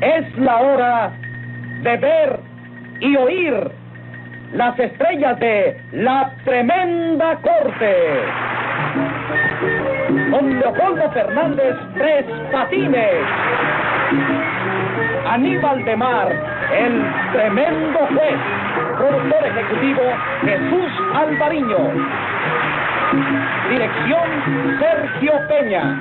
es la hora de ver y oír las estrellas de la tremenda corte. Don Leopoldo Fernández Tres Patines. Aníbal de Mar, el tremendo juez. Productor ejecutivo Jesús Alvariño. Dirección Sergio Peña.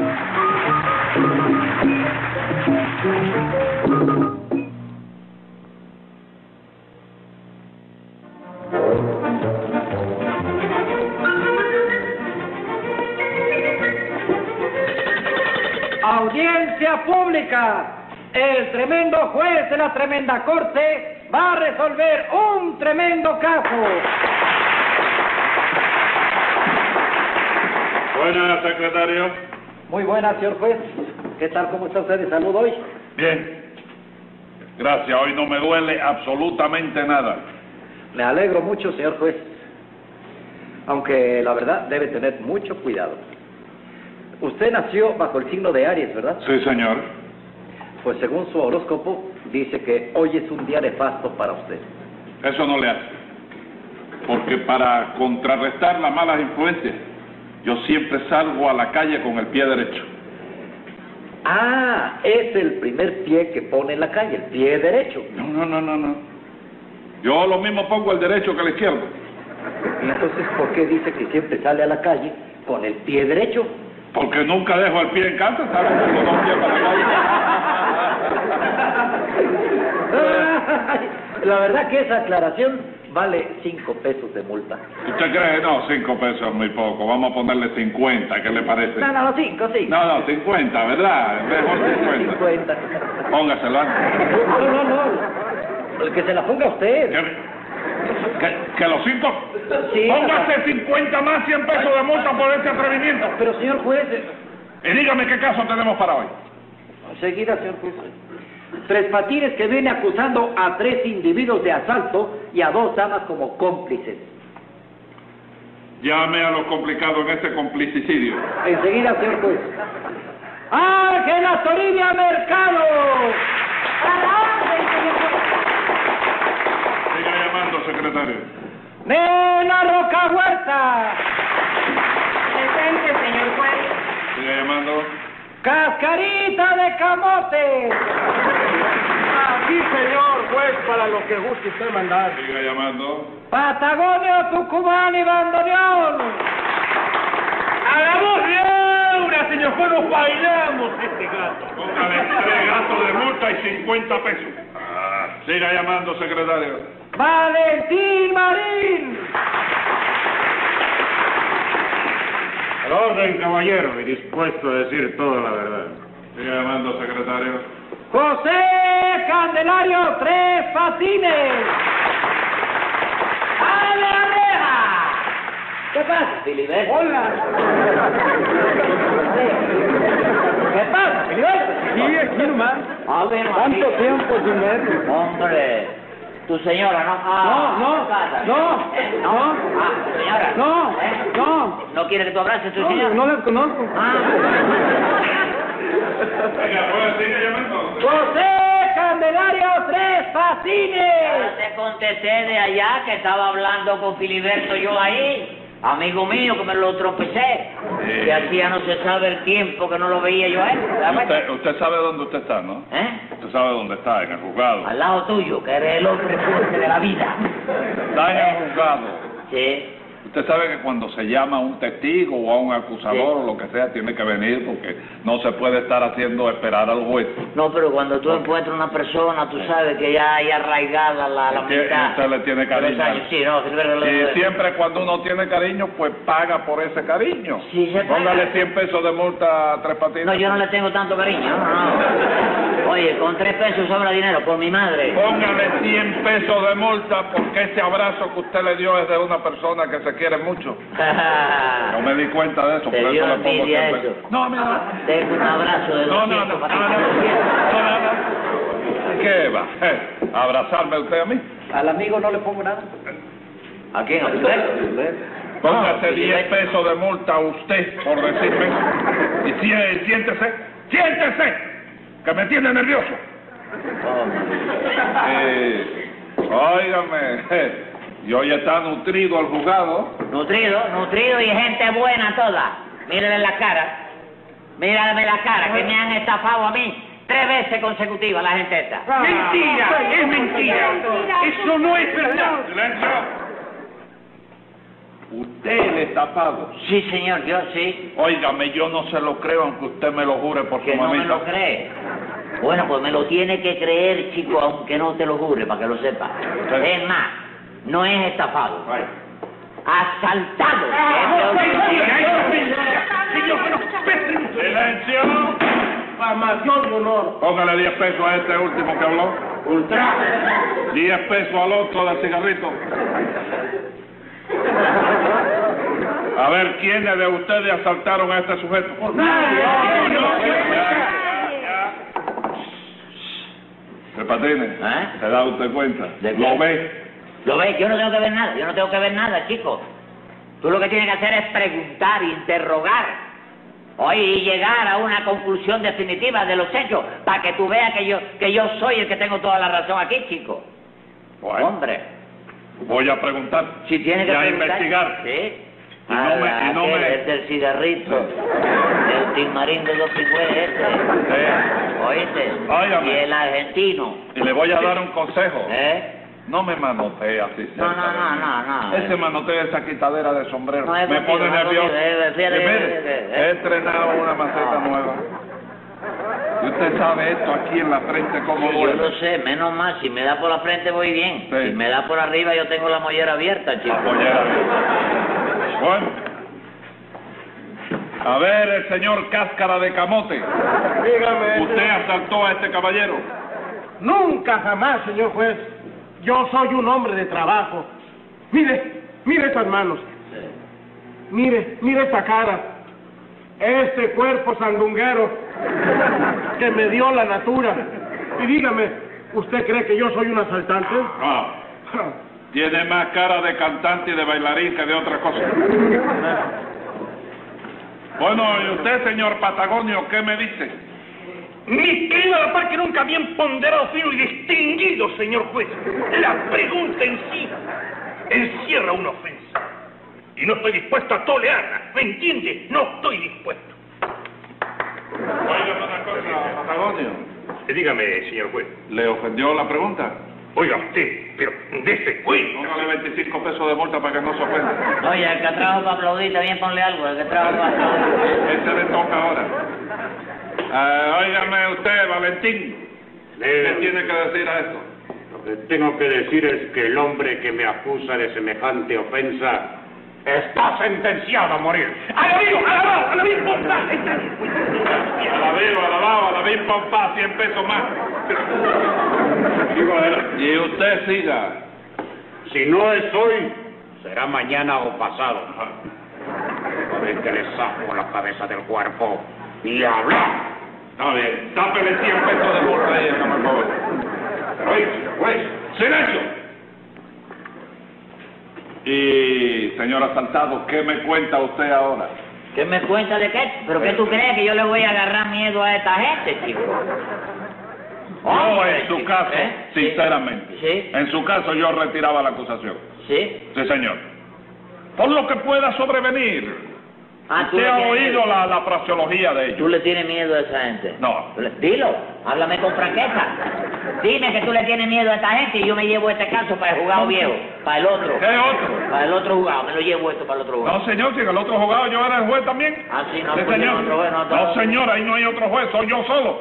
Audiencia pública. El tremendo juez de la tremenda corte va a resolver un tremendo caso. Buenas, secretario. Muy buenas, señor juez. ¿Qué tal? ¿Cómo está usted de salud hoy? Bien. Gracias, hoy no me duele absolutamente nada. Me alegro mucho, señor juez. Aunque la verdad debe tener mucho cuidado. Usted nació bajo el signo de Aries, ¿verdad? Sí, señor. Pues según su horóscopo, dice que hoy es un día nefasto para usted. Eso no le hace. Porque para contrarrestar las malas influencias, yo siempre salgo a la calle con el pie derecho. Ah, es el primer pie que pone en la calle, el pie derecho. No, no, no, no, no. Yo lo mismo pongo el derecho que el izquierdo. ¿Y entonces por qué dice que siempre sale a la calle con el pie derecho? Porque nunca dejo el pie en casa, ¿sabes? Tengo dos pies para la calle. Ay, La verdad que esa aclaración vale cinco pesos de multa. ¿Usted cree? No, cinco pesos es muy poco. Vamos a ponerle 50, ¿qué le parece? No, no, no, cinco, cinco. No, no, 50, ¿verdad? Mejor 50. 50. Póngasela. No, no, no. El que se la ponga a usted. ¿Qué- ¿Que, que lo siento? Sí. Póngase 50 más 100 pesos de multa por este atrevimiento. Pero, señor juez, Y dígame qué caso tenemos para hoy. Seguida, señor juez. Tres Patines que viene acusando a tres individuos de asalto y a dos damas como cómplices. Llame a lo complicado en este complicicidio. Enseguida, señor juez. ¡Ángela Toribia Mercado! Siga llamando, secretario. ¡Nena Roca Huerta! Presente, señor juez. Siga llamando. ¡Cascarita de camote! Sí, señor juez, para lo que guste usted mandar. Siga llamando. Patagonio, Tucumán y Bandoneón. ¡Hagamos reaura, señor juez! ¡Nos bailamos este gato! Póngale tres gastos de multa y 50 pesos. Ah, Siga llamando, secretario. Valentín Marín. Al orden, caballero, y dispuesto a decir toda la verdad. Siga llamando, secretario. José Candelario Tres Patines. ¡Ale Arreja! ¿Qué pasa, Filiberto? Hola. ¿Qué pasa, Filiberto? Sí, aquí nomás. A ver, ¿Cuánto María. tiempo sin verlo? Hombre, tu señora, ¿no? Ah, No, no, ¿qué pasa? no, Eh, ¿no? no. Ah, tu señora. No, ¿Eh? no. ¿No quiere que tú abraces a tu No, señora? Ah. no la conozco. Venga, pues, siga llamando. José Candelario Tres Ya Patines. te contesté de allá que estaba hablando con Filiberto yo ahí, amigo mío, que me lo tropecé. Sí. Que hacía no se sabe el tiempo que no lo veía yo a él. ¿te das cuenta? Usted, usted sabe dónde usted está, ¿no? ¿Eh? Usted sabe dónde está, en el juzgado. Al lado tuyo, que eres el hombre fuerte de la vida. Está en el juzgado. Sí. Usted sabe que cuando se llama a un testigo o a un acusador Sí. o lo que sea, tiene que venir porque no se puede estar haciendo esperar al juez. No, pero cuando tú encuentras una persona, tú sabes que ya hay arraigada la, la Sí, mitad. usted le tiene de los cariño. años. Sí, no, sí, pero- Y siempre cuando uno tiene cariño, pues paga por ese cariño. Sí, se paga. Póngale 100 pesos de multa a Tres Patines. No, yo no le tengo tanto cariño, no, no. Oye, con tres pesos sobra dinero, por mi madre. Póngale 100 pesos de multa porque ese abrazo que usted le dio es de una persona que se quiere mucho. No me di cuenta de eso, Te por dio eso le pongo envidia 100 pesos. eso. No, mira, no. Tengo un abrazo de No, no, 200 no, no, no, para no, ti. no, no. ¿Qué va? Eh, ¿Abrazarme usted a mí? Al amigo no le pongo nada. ¿A quién? ¿A Filiberto? Póngase sí, 10 sí. pesos de multa a usted por eh, decirme eso. Y si- siéntese, siéntese, que me tiene nervioso. Ah. Eh, óigame, yo ya está nutrido al juzgado. Nutrido, nutrido y gente buena toda. Mírenle la cara. Mírenme la cara, que me han estafado a mí tres veces consecutivas la gente esta. Ah. Ah, Mentira, es mentira. Eso no es verdad. ¡Silencio! Usted es tapado. Sí, señor, yo sí. Óigame, yo no se lo creo aunque usted me lo jure por su Que no me mamita. lo cree. Bueno, pues me lo tiene que creer, chico, aunque no te lo jure, para que lo sepa. Es más, no es estafado. Ay, Asaltado. No, ah, Este otro mentira, día. eso es mentira. Señor, pero espérense. ¡Silencio! Para mayor honor. Póngale 10 pesos a este último que habló. Ultra. 10 pesos al otro del cigarrito. A ver, ¿quiénes de ustedes asaltaron a este sujeto? Pues Repatine, ¿Eh? ¿se da usted cuenta? ¿De qué? ¿Lo ve? ¿Lo ves? Yo no tengo que ver nada, yo no tengo que ver nada, chico. Tú lo que tienes que hacer es preguntar, interrogar. Oye, y llegar a una conclusión definitiva de los hechos para que tú veas que yo, que yo soy el que tengo toda la razón aquí, chico. Bueno, Hombre, voy a preguntar. si tienes que Y a preguntar- investigar. Sí. Y no me- y no Ala, me- aquel es el cigarrito, el timarín de los pingües este. Sí. Oíste. Óigame. Y el argentino. Y le voy a dar un consejo. ¿Eh? No me manotee así. No, cerca no, de no, mí. no, no. Ese manoteo, esa quitadera de sombrero. No, es me contigo, pone no es nervioso. contigo, eh, refiere- Y mire, eh, eh. he entrenado una maceta No. nueva. Y usted sabe esto aquí en la frente cómo Sí, yo duele. lo sé, menos mal, si me da por la frente voy bien. Sí. Si me da por arriba yo tengo la mollera abierta, chico. La pollera. Bueno. A ver, el señor Cáscara de Camote. Dígame. Usted asaltó a este caballero. Nunca jamás, señor juez. Yo soy un hombre de trabajo. Mire, mire estas manos. Mire, mire esta cara. Este cuerpo sandunguero que me dio la natura. Y dígame, ¿usted cree que yo soy un asaltante? No. Tiene más cara de cantante y de bailarín que de otra cosa. Bueno, ¿y usted, señor Patagonio, qué me dice? Mi querido la que nunca bien ponderado, fino y distinguido, señor juez. Pues, La pregunta en sí encierra una ofensa. Y no estoy dispuesto a tolerarla, ¿me entiende? No estoy dispuesto. Oiga una cosa, Patagonio. Dígame, señor juez. ¿Le ofendió la pregunta? Oiga usted, pero dése cuenta. Póngale 25 pesos de multa para que no se ofenda. Oye, el que trajo para aplaudir, también ponle algo, el que trajo para aplaudir. Ese le toca ahora. Ah, óigame usted, Valentín. ¿Qué Le- tiene que decir a esto? Lo que tengo que decir es que el hombre que me acusa de semejante ofensa está sentenciado a morir. ¡Alabío, alabado, alabío, posta! pues, Alabado, alabado, alabín Pompá, 100 pesos más. Digo, eh, Y usted siga. si no es hoy, será mañana o pasado. Ven que le saco la cabeza del cuerpo y hablar. Está bien, tápele 100 pesos de multa ahí, hágame el favor. Oye, güey, silencio. Y, señor asaltado, ¿qué me cuenta usted ahora? ¿Qué me cuenta de qué? ¿Pero qué tú crees que yo le voy a agarrar miedo a esta gente, chico? No, Hombre, en su chico, caso, ¿eh? Sí. sinceramente. Sí, En su caso yo retiraba la acusación. sí. Sí, señor. Por lo que pueda sobrevenir. Ah, tú ¿Usted le ha tienes- oído la, la fraseología de ¿Tú ellos? le tienes miedo a esa gente? No. Le- Dilo, háblame con franqueza. Dime que tú le tienes miedo a esta gente y yo me llevo este caso para el jugado viejo, para el otro. ¿Qué otro? Para el otro jugado, me lo llevo esto para el otro jugado. No, señor, si en el otro jugado yo era el juez también. Ah, sí, no, Sí, pues, señor. no, otro juez, no, otro No, juez. señor, ahí no hay otro juez, soy yo solo.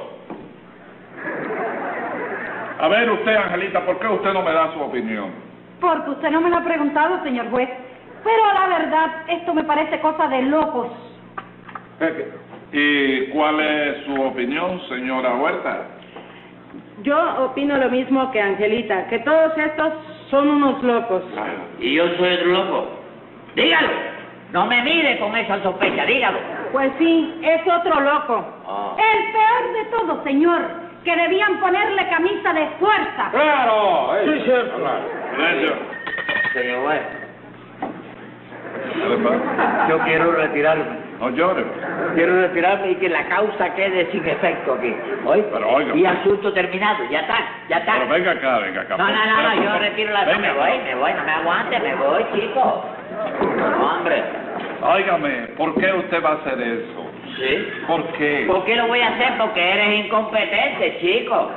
A ver, usted, Angelita, ¿por qué usted no me da su opinión? Porque usted no me lo ha preguntado, señor juez. Pero la verdad, esto me parece cosa de locos. ¿Y cuál es su opinión, señora Huerta? Yo opino lo mismo que Angelita, que todos estos son unos locos. Y yo soy otro loco. Dígalo. No me mire con esa sospecha, dígalo. Pues sí, es otro loco. Ah. El peor de todo, señor, que debían ponerle camisa de fuerza. ¡Claro! Sí, cierto. Silencio. Señor juez, ¿Qué le pasa? yo quiero retirarme. No llore. pues. Quiero retirarme y que la causa quede sin efecto aquí. ¿Oí? Pero oiga, y pues. asunto terminado, ya está, ya está. Pero venga acá, venga acá. No, no, no, no, Pero, yo por- retiro la... No, me venga, pues. voy, pero- me voy, no me aguante, me voy, chico. No, hombre. Óigame, ¿por qué usted va a hacer eso? ¿Sí? ¿Por qué? ¿Por qué lo voy a hacer? Porque eres incompetente, chico.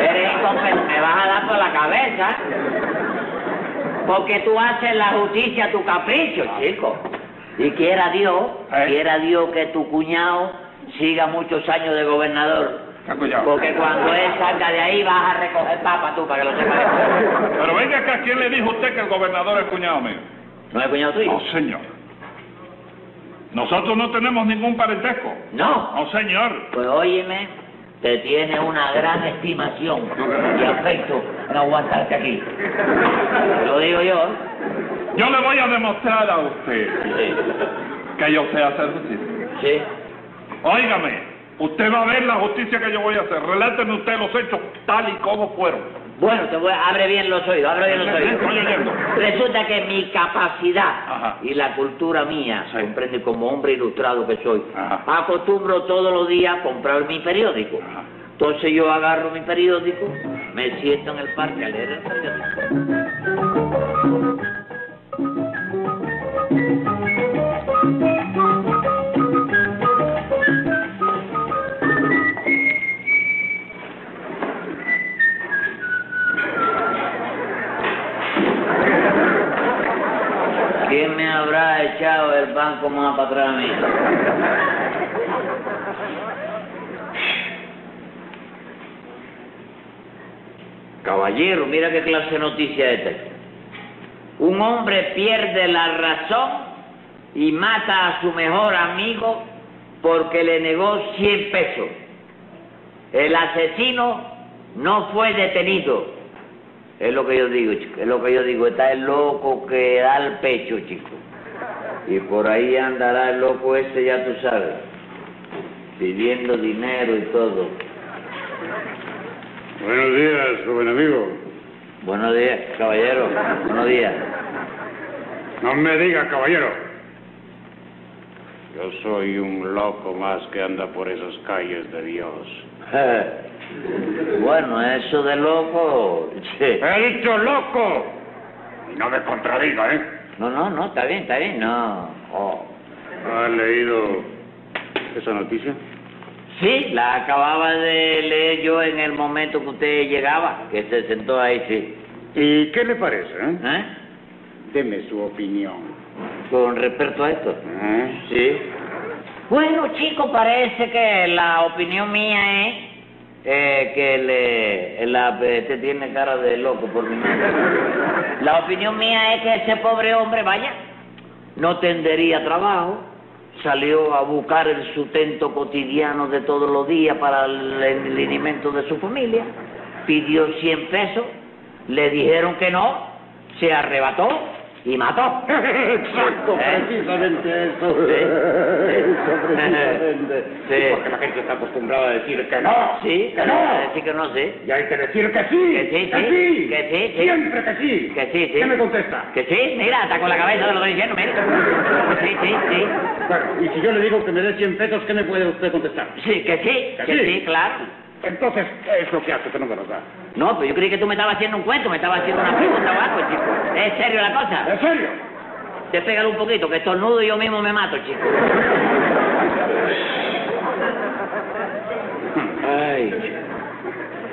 Eres incompetente. Me vas a dar por la cabeza. Porque tú haces la justicia a tu capricho, chico. Y quiera Dios, ¿Eh? quiera Dios que tu cuñado siga muchos años de gobernador. Está callado. Porque cuando él salga de ahí vas a recoger papa tú para que lo sepas. Pero venga acá, ¿quién le dijo a usted que el gobernador es cuñado mío? ¿No es cuñado tuyo? No, señor. Nosotros no tenemos ningún parentesco. No. No, señor. Pues óyeme, te tiene una gran estimación y afecto no aguantarte aquí. Lo digo yo. Yo le voy a demostrar a usted Sí, que yo sé hacer justicia. sí. Óigame, usted va a ver la justicia que yo voy a hacer. Reláteme usted los hechos tal y como fueron. Bueno, te voy a- abre bien los oídos, abre bien los Estoy oyendo. oídos. Resulta que mi capacidad Ajá. y la cultura mía, Sí. comprende como hombre ilustrado que soy, Ajá. acostumbro todos los días a comprar mi periódico. Ajá. Entonces yo agarro mi periódico, me siento en el parque a leer el periódico. ¿Quién me habrá echado el banco más para atrás a mí? Caballero, mira qué clase de noticia esta. Un hombre pierde la razón y mata a su mejor amigo porque le negó 100 pesos. El asesino no fue detenido. Es lo que yo digo, chico. Es lo que yo digo. Está el loco que da el pecho, chico. Y por ahí andará el loco ese, ya tú sabes. Pidiendo dinero y todo. Buenos días, joven amigo. Buenos días, caballero. Buenos días. No me diga, caballero. Yo soy un loco más que anda por esas calles de Dios. bueno, eso de loco. che. ¡He dicho loco! Y no me contradiga, ¿eh? No, no, no, está bien, está bien, no. Oh. ¿Ha leído esa noticia? Sí, la acababa de leer yo en el momento que usted llegaba, que se sentó ahí, sí. ¿Y qué le parece, eh? ¿Eh? Deme su opinión. Con respecto a esto. ¿Eh? Sí. Bueno, chico, parece que la opinión mía es eh, que le, la, este tiene cara de loco por mi Eh, madre. La opinión mía es que ese pobre hombre, vaya, no tendría trabajo, salió a buscar el sustento cotidiano de todos los días para el, el alimento de su familia, pidió 100 pesos, le dijeron que no, se arrebató y mató. Exacto, ¿Eh? precisamente eso. Sí. Eso, precisamente. Sí. Porque la gente está acostumbrada a decir que no. Sí, que no. sí que no sé. Y hay que decir que sí. Que sí, que sí, sí. que sí, sí. Siempre que sí. Que sí, sí. ¿Qué me contesta? Que sí, mira, está con la cabeza, te lo estoy diciendo, mira. Sí, sí, sí. Bueno, y si yo le digo que me dé 100 pesos, ¿qué me puede usted contestar? Sí, que sí, Que que sí. sí, claro. Entonces, ¿qué es lo que hace que no me lo da? No, pues yo creí que tú me estabas haciendo un cuento, me estabas haciendo una pregunta o algo, chico. ¿Es serio la cosa? ¿En serio? Despégalo un poquito, que estornudo y yo mismo me mato, chico. Ay,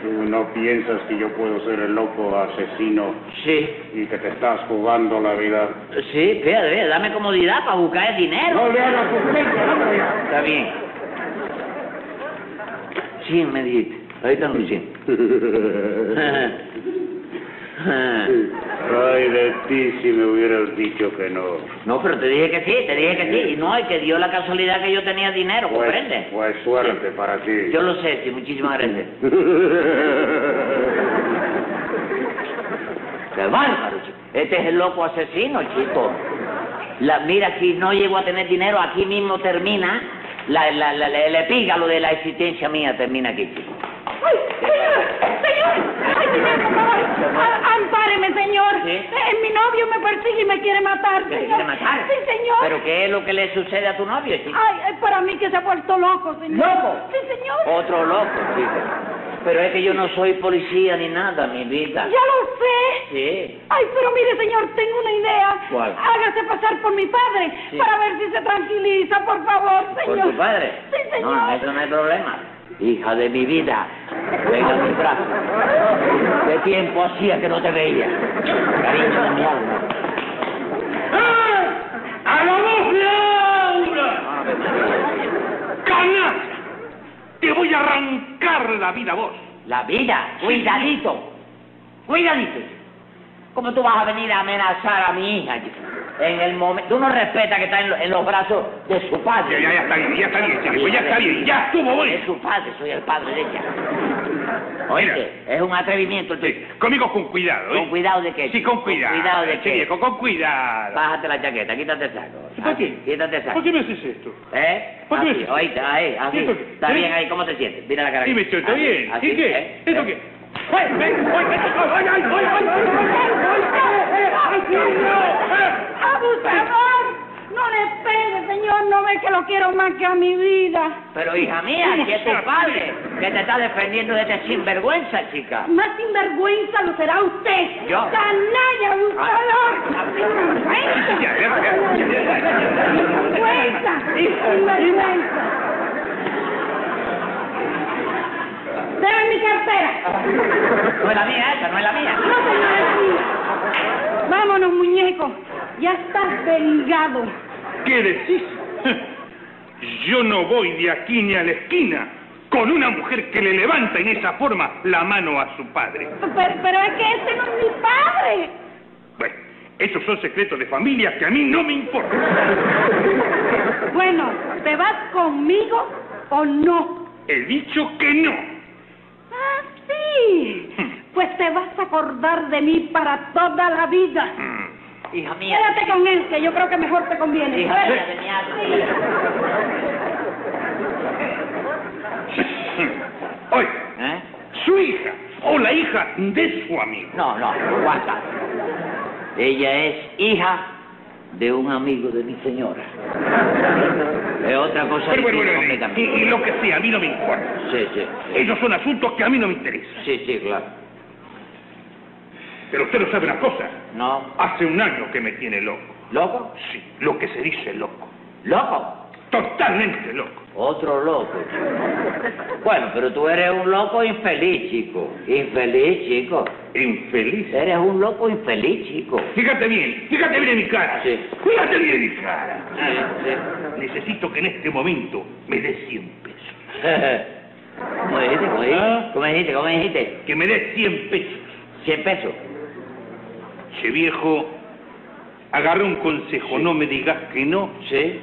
Tú no piensas que yo puedo ser el loco asesino sí, y que te estás jugando la vida. sí, fíjate, fíjate, dame comodidad para buscar el dinero. No le hagas suspenso, no me digas. Está bien. 100 me dijiste. Ahí están los 100. Ay, de ti si me hubieras dicho que no. No, pero te dije que sí, te dije que sí. Y no, y que dio la casualidad que yo tenía dinero, Pues, ¿comprendes? pues suerte para ti. Yo lo sé, sí, muchísimas gracias. ¡Qué bárbaro, chico! Este es el loco asesino, chico. La, mira, si no llego a tener dinero, aquí mismo termina la, la, la- la- el epígalo de la existencia mía, termina aquí, chico. ¡Ay, señor! ¡Señor! ¡Ay, señor, por favor! a- ¡Ampáreme, señor! ¿Sí? Eh, mi novio me persigue y me quiere matar, ¿Que señor. te quiere matar? Sí, señor. ¿Pero qué es lo que le sucede a tu novio, chico? Ay, es para mí que se ha vuelto loco, señor. ¿Loco? Sí, señor. Otro loco, chico. Pero es que yo no soy policía ni nada, mi vida. Ya lo sé. Sí. Ay, pero mire, señor, tengo una idea. ¿Cuál? Hágase pasar por mi padre Sí. para ver si se tranquiliza, por favor, ¿Por señor. tu padre? Sí, señor. No, eso no hay problema. Hija de mi vida, venga a mi brazo. ¿Qué tiempo hacía que no te veía? Cariño de mi alma. ¡A la voz Laura! Ave María. ¡Canalla! Te voy a arrancar la vida a vos. La vida, cuidadito. Cuidadito. ¿Cómo tú vas a venir a amenazar a mi hija? En el momento. Tú no respetas que está en, lo- en los brazos de su Ya, padre. ya, ya está bien, ya está bien, chaleco, ya está bien, ya estuvo, Es voy. su padre, soy el padre de ella. Oye, es un atrevimiento el tuyo. Conmigo con cuidado, ¿eh? Con cuidado de qué. Sí, con cuidado. cuidado de qué. Chaleco, con cuidado. Bájate la chaqueta, quítate el saco. ¿Por Así, qué? Quítate el saco. ¿Por qué me haces esto? ¿Eh? ¿Por qué Así, me- oíste, ahí, así. ¿Y esto qué? Está ¿Eh? bien ahí, ¿cómo te sientes? Mira la cara. Dime, yo, ¿está Así, bien? así, ¿Y qué? ¿eh? ¿Esto ¿Eh? qué? ¡Ay, ven, voy, ven! ¡Ay, ay, ay, ay, ay, ay, ay, ay, ay, ay! ¡Abusador! No le pegue, señor. No ve que lo quiero más que a mi vida. Pero hija mía, ¿Cómo aquí es tu será? padre que te está defendiendo de este sinvergüenza, chica. Más sinvergüenza lo será usted. ¿Yo? ¡Canalla, Ah. abusador! Ya, ya, ¡Sinvergüenza! ya, ya, ya, ya. ¡Sinvergüenza! ¡Sinvergüenza! ¡Deme mi cartera! No es la mía esa, no es la mía. No, señor, es mía. Vámonos, muñeco. Ya estás vengado. ¿Qué decís? Yo no voy de aquí ni a la esquina con una mujer que le levanta en esa forma la mano a su padre. Pero, pero es que ese no es mi padre. Bueno, esos son secretos de familia que a mí no me importan. Bueno, ¿te vas conmigo o no? He dicho que no. Ah, sí. Pues te vas a acordar de mí para toda la vida. Mm. Hija mía. Quédate con él, que yo creo que mejor te conviene. Hija pues, mía de Vete. mi alma. Oye, ¿Eh? su hija o la hija de su amigo. No, no, aguanta. Ella es hija de un amigo de mi señora. Es otra cosa Pero pues, distinta bueno, bueno, bueno, y, completamente. y lo que sea, a mí no me importa. Sí, sí, sí. Ellos son asuntos que a mí no me interesan. Sí, sí, claro. Pero usted no sabe una cosa. No. Hace un año que me tiene loco. ¿Loco? Sí, lo que se dice loco. ¿Loco? Totalmente loco. Otro loco. chico. Bueno, pero tú eres un loco infeliz, chico. Infeliz, chico. Infeliz. Eres un loco infeliz, chico. Fíjate bien, fíjate bien en mi cara. Sí. Fíjate bien en mi cara. Sí, sí. Necesito que en este momento me dé 100 pesos. ¿Cómo dijiste? ¿Cómo dijiste? ¿Ah? ¿Cómo dijiste? ¿Cómo dijiste? Que me dé 100 pesos. 100 pesos. Che viejo, agarra un consejo, no me digas que no, Sí.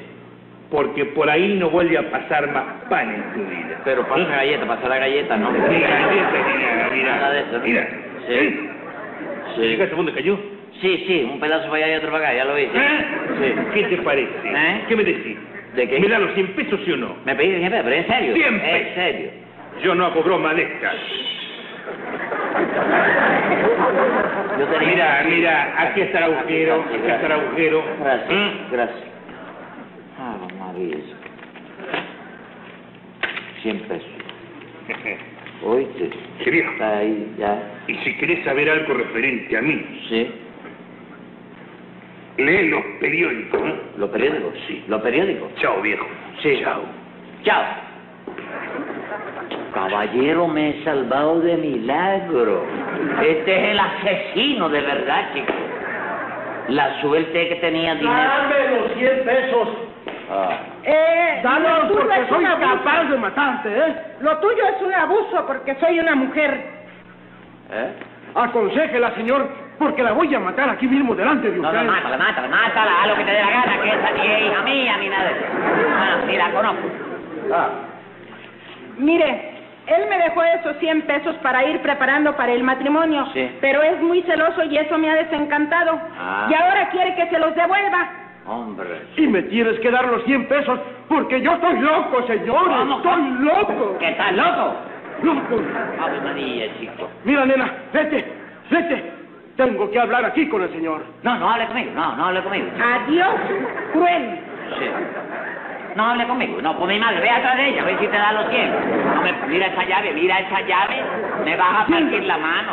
porque por ahí no vuelve a pasar más pan en tu vida. Pero pasa la galleta, pasa la galleta, ¿no? Ni galleta, ni nada, mira. Nada de eso, ¿no? Mira, Sí. ¿eh? Sí. ¿Llegaste dónde cayó? Sí, sí, un pedazo para allá y otro para acá, ya lo hice. ¿Eh? Sí. ¿Qué te parece? ¿Eh? ¿Qué me decís? ¿De qué? ¿Me da los 100 pesos sí o no? Me pediste 100 pesos, pero en serio. Cien En pesos. serio. Yo no hago broma de estas. Yo tenía... Mira, mira, aquí está el agujero, aquí está el agujero. Gracias, ¿Eh? gracias. Ah, María. 100 pesos. ¿Oíste? Che viejo, Está ahí, ya. y si querés saber algo referente a mí, Sí. lee los periódicos. ¿eh? ¿Los periódicos? Sí. ¿Los periódicos? Chao, viejo. Sí. Chao. Chao. Caballero, me he salvado de milagro. Este es el asesino de verdad, chico. La suerte es que tenía dinero. Dame los 100 pesos. Ah. Eh, Danos lo tuyo porque es soy un abuso. capaz de matarte, ¿eh? Lo tuyo es un abuso porque soy una mujer. ¿Eh? Aconsejela, señor, porque la voy a matar aquí mismo delante de No, usted. no, mátala, mátala, mátala, haz lo que te dé la gana, que esa ni es hija mía ni nada de eso. Ah, ni la conozco. Mire, él me dejó esos 100 pesos para ir preparando para el matrimonio, Sí. pero es muy celoso y eso me ha desencantado. Ah. Y ahora quiere que se los devuelva. Hombre. Y me tienes que dar los 100 pesos porque yo estoy loco, señor. ¿Cómo? Estoy loco. ¿Que estás loco? No, con- Ave María, chico. Mira, nena, vete, vete. Tengo que hablar aquí con el señor. No, no hable conmigo, no, no hable conmigo. Adiós, cruel. Sí. No hable conmigo, no, por mi madre, ve atrás de ella, a ver si te da los pies. No me, mira esa llave, mira esa llave, me vas a partir la mano.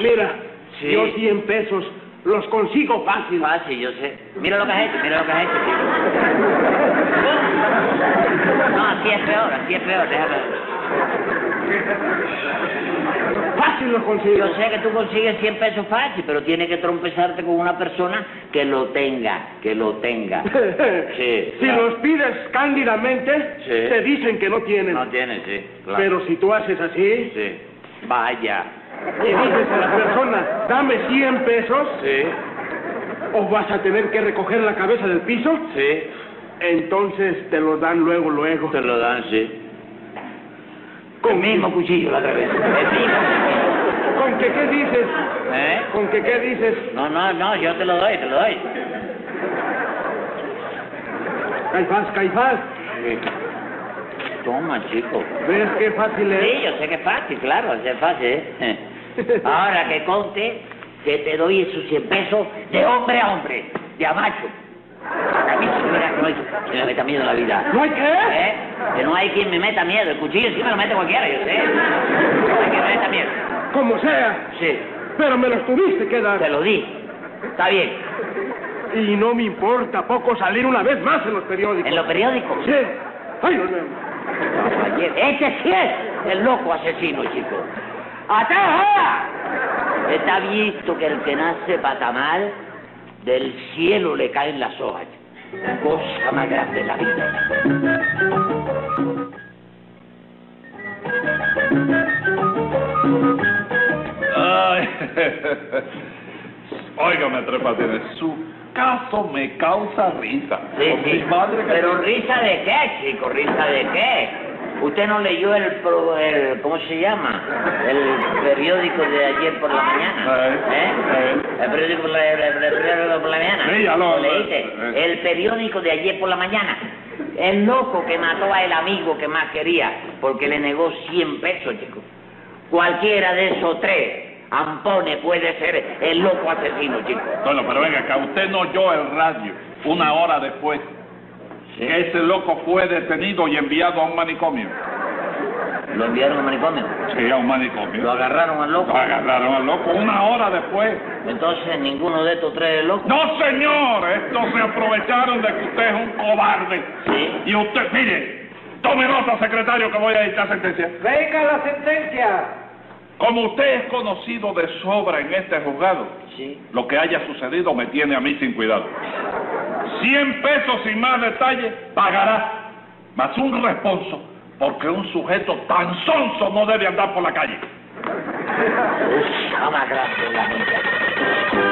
Mira, Sí. yo 100 pesos los consigo fácil. Fácil, yo sé. Mira lo que has hecho, mira lo que has hecho, chico. No, así es peor, así es peor, déjame. Fácil los consigo. Yo sé que tú consigues 100 pesos fácil, pero tienes que trompezarte con una persona que lo tenga, que lo tenga. Sí, si claro. los pides cándidamente, Sí. te dicen que no tienen. No tiene, sí, claro. Pero si tú haces así, Sí. Vaya. le dices a la persona, dame 100 pesos, Sí, o vas a tener que recoger la cabeza del piso, sí. entonces te lo dan luego, luego. Te lo dan, sí. Con- el mismo cuchillo la otra vez. El mismo. ¿Con que qué dices? ¿Eh? ¿Con que qué dices? No, no, no, yo te lo doy, te lo doy. Caifás, Caifás, Toma, chico. ¿ves qué fácil es? Sí, yo sé que es fácil, claro, es fácil, ¿eh? Ahora que conte que te doy esos 100 pesos de hombre a hombre, de a macho. A mí si hubiera que no hay que me meta miedo en la vida. ¿No hay qué? ¿Eh? Que no hay quien me meta miedo. El cuchillo sí me lo mete cualquiera, yo sé. No hay quien me meta miedo. Como sea, Sí, pero me los tuviste que te dar. lo di. Está bien. Y no me importa poco salir una vez más en los periódicos. En los periódicos. Sí. Ahí nos vemos. Ayer, Este sí es el loco asesino, chico. ¡Ataja! Está visto que el que nace patamal, del cielo le caen las hojas. Cosa más grande de la vida. Ay, óigame, Tres Patines, su caso me causa risa. Sí, Por mi sí. madre que- Pero risa de qué, chico, risa de qué. Usted no leyó el, pro- el ¿cómo se llama? El periódico de ayer por la mañana. Eh, ¿Eh? eh. El periódico por la, el- el- el periódico por la mañana. Sí, ya lo- leíste? eh. El periódico de ayer por la mañana. El loco que mató al amigo que más quería porque le negó 100 pesos, chico. Cualquiera de esos tres, Ampone, puede ser el loco asesino, chico. Bueno, pero venga, que usted no oyó el radio una hora después. que Ese loco fue detenido y enviado a un manicomio. Lo enviaron al manicomio. Sí, a Lo un manicomio. agarraron al loco. Lo agarraron al loco una hora después. Entonces, ninguno de estos tres es loco. No, señor, estos se aprovecharon de que usted es un cobarde. Sí. Y usted, mire, tome nota, secretario, que voy a dictar sentencia. Venga la sentencia. Como usted es conocido de sobra en este juzgado, Sí. lo que haya sucedido me tiene a mí sin cuidado. 100 pesos sin más detalle pagará, más un responso, porque un sujeto tan sonso no debe andar por la calle. Pues, Uf, jamás gracias, la neta.